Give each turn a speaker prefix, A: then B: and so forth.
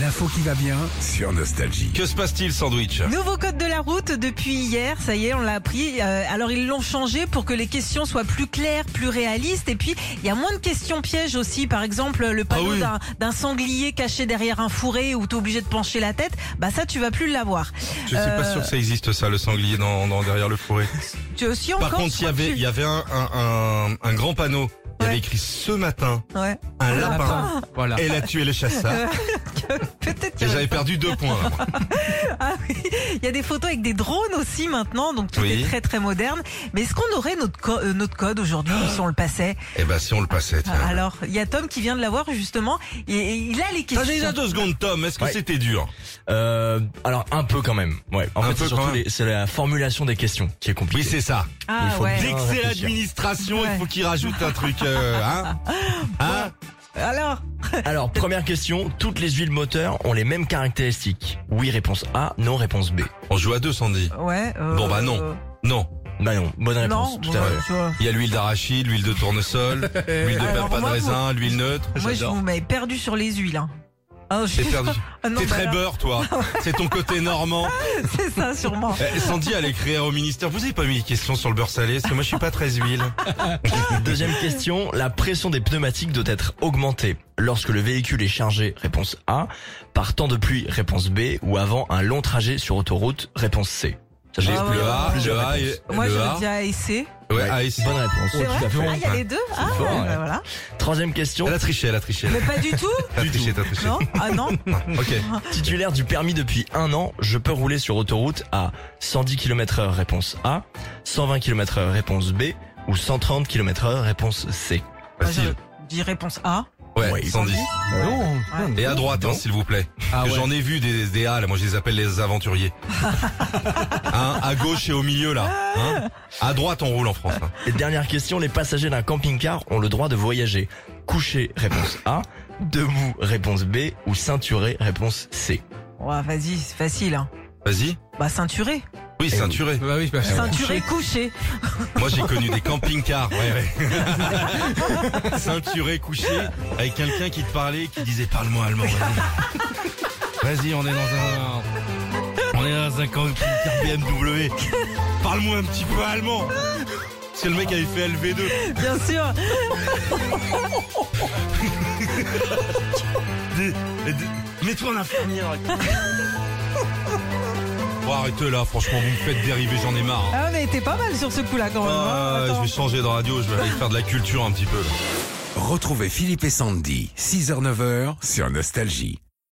A: L'info qui va bien sur Nostalgie.
B: Que se passe-t-il, Sandwich
C: Nouveau code de la route depuis hier, ça y est, on l'a appris. Euh, alors ils l'ont changé pour que les questions soient plus claires, plus réalistes. Et puis il y a moins de questions pièges aussi. Par exemple, le panneau
B: Ah oui.
C: d'un- d'un sanglier caché derrière un fourré où t'es obligé de pencher la tête, bah ça tu vas plus l'avoir.
B: Je suis
C: Euh,
B: pas sûr que ça existe, ça, le sanglier dans, dans- derrière le fourré.
C: Tu aussi encore
B: Par contre, il y
C: je crois que
B: avait,
C: tu-
B: il y avait un, un, un- un grand panneau. Il y
C: Ouais. Ah.
B: avait écrit ce matin,
C: Ouais.
B: un lapin.
D: Voilà.
B: Elle a tué les chasseurs.
C: Peut-être
B: Et
C: qu'il y aurait-
B: j'avais perdu deux points. là, moi.
C: Ah oui. Il y a des photos avec des drones aussi maintenant, donc tout
B: Oui.
C: est très très moderne. Mais est-ce qu'on aurait notre, co- euh, notre code aujourd'hui si on le passait
B: Eh ben, si on le passait, tiens.
C: Alors, il y a Tom qui vient de l'avoir justement, et, et il a les
B: T'as déjà
C: questions.
B: deux secondes, Tom. Est-ce que
E: Ouais.
B: c'était dur
E: Euh, alors un peu quand même. Ouais. En
B: Un
E: fait,
B: peu
E: c'est
B: quand
E: surtout
B: même.
E: les- c'est la formulation des questions qui est compliquée.
B: Oui, c'est ça.
C: Ah
E: Il faut
C: ouais.
E: bien-
B: Dès que c'est
E: réfléchir.
B: l'administration, il faut
C: Ouais.
B: qu'il rajoute un truc. euh, hein Hein
C: Alors,
E: Alors première question toutes les huiles moteurs ont les mêmes caractéristiques. Oui réponse A, non réponse B.
B: On joue à deux, Sandy.
C: ouais. euh,
B: Bon, bah, non.
C: euh,
B: Non.
E: Bah non, bonne réponse.
C: non.
E: tout
C: bon,
E: à fait.
C: tu vois.
B: Il y a l'huile d'arachide, l'huile de tournesol, l'huile de
C: Alors,
B: papa de
C: moi, vous-
B: raisin, l'huile neutre.
C: Moi, je vous m'avez perdu sur les huiles. hein. Ah, je-
B: Ah, T'es perdu.
C: Ah non,
B: T'es
C: bah
B: très
C: là,
B: beurre, toi. C'est ton côté normand.
C: C'est ça, sûrement.
B: Eh, Sandy allait écrire au ministère. Vous avez pas mis de questions sur le beurre salé Parce que moi, je suis pas très huile.
C: Ah
E: Deuxième question, la pression des pneumatiques doit être augmentée lorsque le véhicule est chargé, réponse A, par temps de pluie, réponse B, ou avant un long trajet sur autoroute, réponse C. Ça, j'ai
B: J'ai
C: Ah ouais,
B: le
C: ouais,
B: A, le A,
C: ouais.
B: et-
C: Moi,
B: le
C: j'aurais
B: A.
C: dit A et C.
B: Ouais,
E: Ouais.
B: A et C.
E: Bonne réponse.
C: C'est vrai
E: tout à fait.
C: Ah, il y a les deux Ah,
E: fort,
C: bah,
E: ouais.
C: voilà.
E: Troisième question,
B: Elle a triché, elle a triché.
C: Mais pas du tout
B: T'as triché, t'as triché.
C: Non Ah non
B: Ok.
E: Titulaire du permis depuis un an, je peux rouler sur autoroute à 110 km heure, réponse A, 120 km heure, réponse B, ou 130 km heure, réponse C.
C: Moi,
B: Facile.
C: j'aurais dit réponse A.
B: Ouais,
E: Ouais,
B: 110.
D: Non,
C: Ouais.
B: Et à droite, hein, s'il vous plaît.
D: Ah
B: Que
D: ouais.
B: J'en ai vu des, des A, là. Moi, je les appelle les aventuriers. Hein, à gauche et au milieu, là. Hein à droite, on roule en France. là.
E: Et dernière question, les passagers d'un camping-car ont le droit de voyager. Couché, réponse A, debout, réponse B, ou ceinturé, réponse C.
C: Ouais, vas-y, c'est facile. hein.
B: Vas-y.
C: Bah, ceinturé.
B: Ah Oui,
C: Eh
B: ceinturé.
D: Bah oui, bah,
C: Ceinturé, couché.
B: Moi, j'ai connu des camping-cars. Ouais, ouais. Ceinturé, couché, avec quelqu'un qui te parlait, qui disait parle-moi allemand. Vas-y, Vas-y, on est dans un, on est dans un camping-car BMW. Parle-moi un petit peu allemand. Parce que le mec avait fait LV2.
C: Bien sûr.
B: Des- des- Mets-toi en infirmière. Bon, arrêtez là, franchement, vous me faites dériver, j'en ai marre. hein.
C: Ah, mais t'es pas mal sur ce coup-là quand même. hein.
B: Ah, je
C: Attends.
B: vais changer de radio, je vais aller faire de la culture un petit peu. là.
A: Retrouvez Philippe et Sandy, 6h-9h sur Nostalgie.